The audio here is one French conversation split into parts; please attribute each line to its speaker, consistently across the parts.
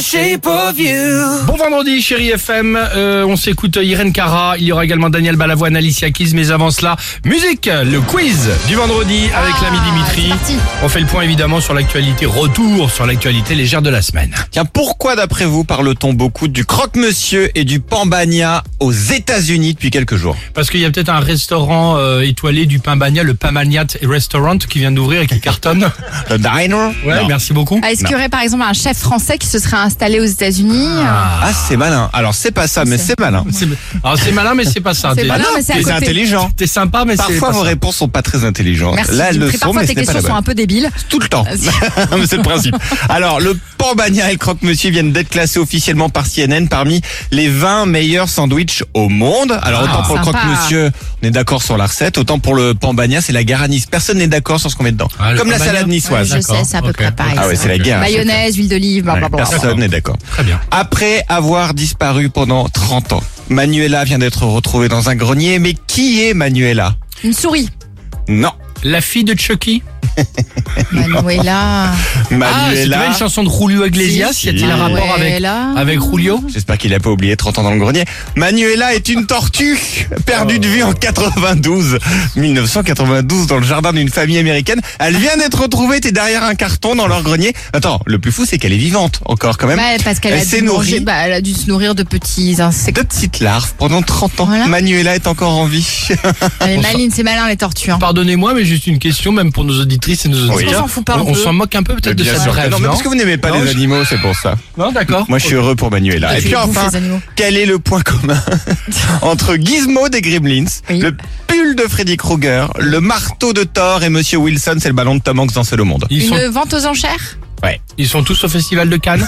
Speaker 1: shape of you.
Speaker 2: Bon vendredi, chérie FM. Euh, on s'écoute Irène Cara. Il y aura également Daniel Balavoine, Alicia Keys. Mais avant cela, musique, le quiz du vendredi avec
Speaker 3: Ah,
Speaker 2: l'ami
Speaker 3: c'est
Speaker 2: Dimitri.
Speaker 3: parti.
Speaker 2: On fait le point évidemment sur l'actualité. Retour sur l'actualité légère de la semaine.
Speaker 4: Tiens, pourquoi d'après vous parle-t-on beaucoup du croque-monsieur et du pambagna aux États-Unis depuis quelques jours
Speaker 2: Parce qu'il y a peut-être un restaurant euh, étoilé du pain bagnat, le Pamaniat Restaurant, qui vient d'ouvrir et qui cartonne.
Speaker 4: Le diner
Speaker 2: Ouais,
Speaker 4: Non.
Speaker 2: merci beaucoup.
Speaker 3: Ah, Est-ce qu'il y aurait par exemple un chef français qui se serait installé aux États-Unis
Speaker 4: Ah, c'est malin. Alors, c'est pas ça, mais
Speaker 3: c'est-
Speaker 4: c'est malin. Ah
Speaker 2: C'est- Alors c'est malin, mais c'est pas ça.
Speaker 3: C'est
Speaker 2: T'es-
Speaker 3: malin,
Speaker 4: non,
Speaker 3: mais c'est à
Speaker 4: mais
Speaker 3: côté.
Speaker 4: intelligent.
Speaker 2: T'es sympa, mais c'est
Speaker 4: Parfois,
Speaker 2: pas
Speaker 4: vos
Speaker 2: ça.
Speaker 4: réponses sont pas très intelligentes.
Speaker 3: Euh, Merci.
Speaker 4: Là, elles
Speaker 3: Dimitri.
Speaker 4: le sont,
Speaker 3: Parfois
Speaker 4: mais ce
Speaker 3: tes
Speaker 4: n'est pas la
Speaker 3: questions sont
Speaker 4: bonne.
Speaker 3: un peu débiles.
Speaker 4: Tout le temps. Mais c'est le principe. Alors, le pambagna et le croque-monsieur viennent d'être classés officiellement par CNN parmi les 20 meilleurs sandwichs au monde. Alors,
Speaker 2: Ah,
Speaker 4: autant pour le
Speaker 3: sympa.
Speaker 4: croque-monsieur, on est d'accord sur la recette, autant pour le pambagna, c'est la garanise. Personne n'est d'accord sur ce qu'on met dedans.
Speaker 2: Ah, le
Speaker 4: Comme la
Speaker 2: pambagna.
Speaker 4: salade niçoise.
Speaker 3: Je sais, c'est à peu
Speaker 2: Ok.
Speaker 3: près pareil.
Speaker 4: Ah ouais,
Speaker 3: ça.
Speaker 4: c'est la guerre.
Speaker 3: Mayonnaise, huile d'olive, blablabla.
Speaker 4: Personne n'est d'accord.
Speaker 2: Très bien.
Speaker 4: Après avoir disparu pendant 30 ans, Manuela vient d'être retrouvée dans un grenier. Mais qui est Manuela
Speaker 3: Une souris.
Speaker 4: Non.
Speaker 3: Ah,
Speaker 2: La fille de Chucky.
Speaker 3: Bah,
Speaker 4: Bah,
Speaker 3: Manuela.
Speaker 2: Ah, c'était pas
Speaker 4: Manuela.
Speaker 2: une chanson de Julio Iglesias.
Speaker 4: Si,
Speaker 2: Y a-t-il
Speaker 4: si.
Speaker 2: un rapport avec
Speaker 3: Manuela.
Speaker 2: avec Julio
Speaker 4: J'espère qu'il a pas oublié 30 ans dans le grenier. Manuela est une tortue perdue de vue en 92, 1992 dans le jardin d'une famille américaine. Elle vient d'être retrouvée, t'es derrière un carton dans leur grenier. Attends, le plus fou c'est qu'elle est vivante encore quand même.
Speaker 3: Bah, parce qu'elle
Speaker 4: Elle
Speaker 3: a
Speaker 4: s'est
Speaker 3: dû manger-
Speaker 4: nourrie.
Speaker 3: bah, elle a dû se nourrir de petits insectes.
Speaker 4: Deux petites larves pendant 30 ans.
Speaker 3: Voilà.
Speaker 4: Manuela est encore en vie.
Speaker 3: Elle est
Speaker 2: On s'en-
Speaker 3: maligne, c'est malin les tortues. hein.
Speaker 2: Pardonnez-moi, mais juste une question, même pour nos auditrices et nos
Speaker 4: Oui.
Speaker 2: auditeurs.
Speaker 3: On s'en fout pas un
Speaker 2: on on
Speaker 3: peu.
Speaker 2: s'en moque un peu peut-être de
Speaker 4: Bien
Speaker 2: cette
Speaker 4: sûr.
Speaker 2: rêve,
Speaker 4: non, mais parce que vous n'aimez pas
Speaker 2: Non,
Speaker 4: les
Speaker 2: je-
Speaker 4: animaux, c'est pour ça.
Speaker 2: Non, d'accord.
Speaker 4: Moi, je suis heureux pour Manuela. Et
Speaker 3: Je
Speaker 4: puis
Speaker 3: bouffe
Speaker 4: enfin,
Speaker 3: les animaux.
Speaker 4: quel est le point commun entre Gizmo des Gremlins,
Speaker 3: Oui.
Speaker 4: le pull de Freddy Krueger, le marteau de Thor et Monsieur Wilson, c'est le ballon de Tom Hanks dans Seul au monde.
Speaker 2: Ils sont,
Speaker 3: Une vente aux enchères
Speaker 2: ils sont tous au festival de Cannes.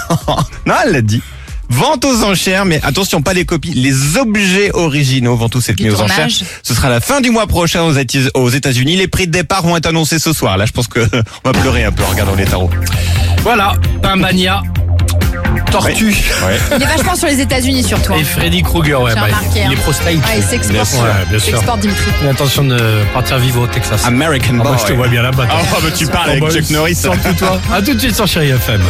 Speaker 4: Non, elle l'a dit. Vente aux enchères, mais attention, pas les copies. Les objets originaux vont tous être
Speaker 3: Du
Speaker 4: mis aux enchères.
Speaker 3: tournage.
Speaker 4: Ce sera la fin du mois prochain aux Ati- aux États-Unis. Les prix de départ vont être annoncés ce soir. Là, je pense que on va pleurer un peu en regardant les tarots.
Speaker 2: Voilà, Pimbania, Tortue
Speaker 4: Ouais.
Speaker 3: Il est vachement sur les États-Unis surtout. hein.
Speaker 2: et Freddy Krueger. Ouais,
Speaker 4: bah,
Speaker 3: J'ai remarqué,
Speaker 2: il
Speaker 3: hein.
Speaker 2: est prospect.
Speaker 3: Ah, il
Speaker 4: Bien
Speaker 3: s'exporte.
Speaker 4: sûr,
Speaker 2: bien sûr.
Speaker 3: S'exporte, Dimitri.
Speaker 2: J'ai l'intention de partir vivre au Texas.
Speaker 4: American
Speaker 2: Ah,
Speaker 4: Boy.
Speaker 2: moi, je te vois bien là-bas. toi.
Speaker 4: Ah, Oh, bah, tu parles
Speaker 2: Oh,
Speaker 4: avec
Speaker 2: bah,
Speaker 4: Chuck Norris.
Speaker 2: Surtout toi. À tout de suite sur Chérie FM.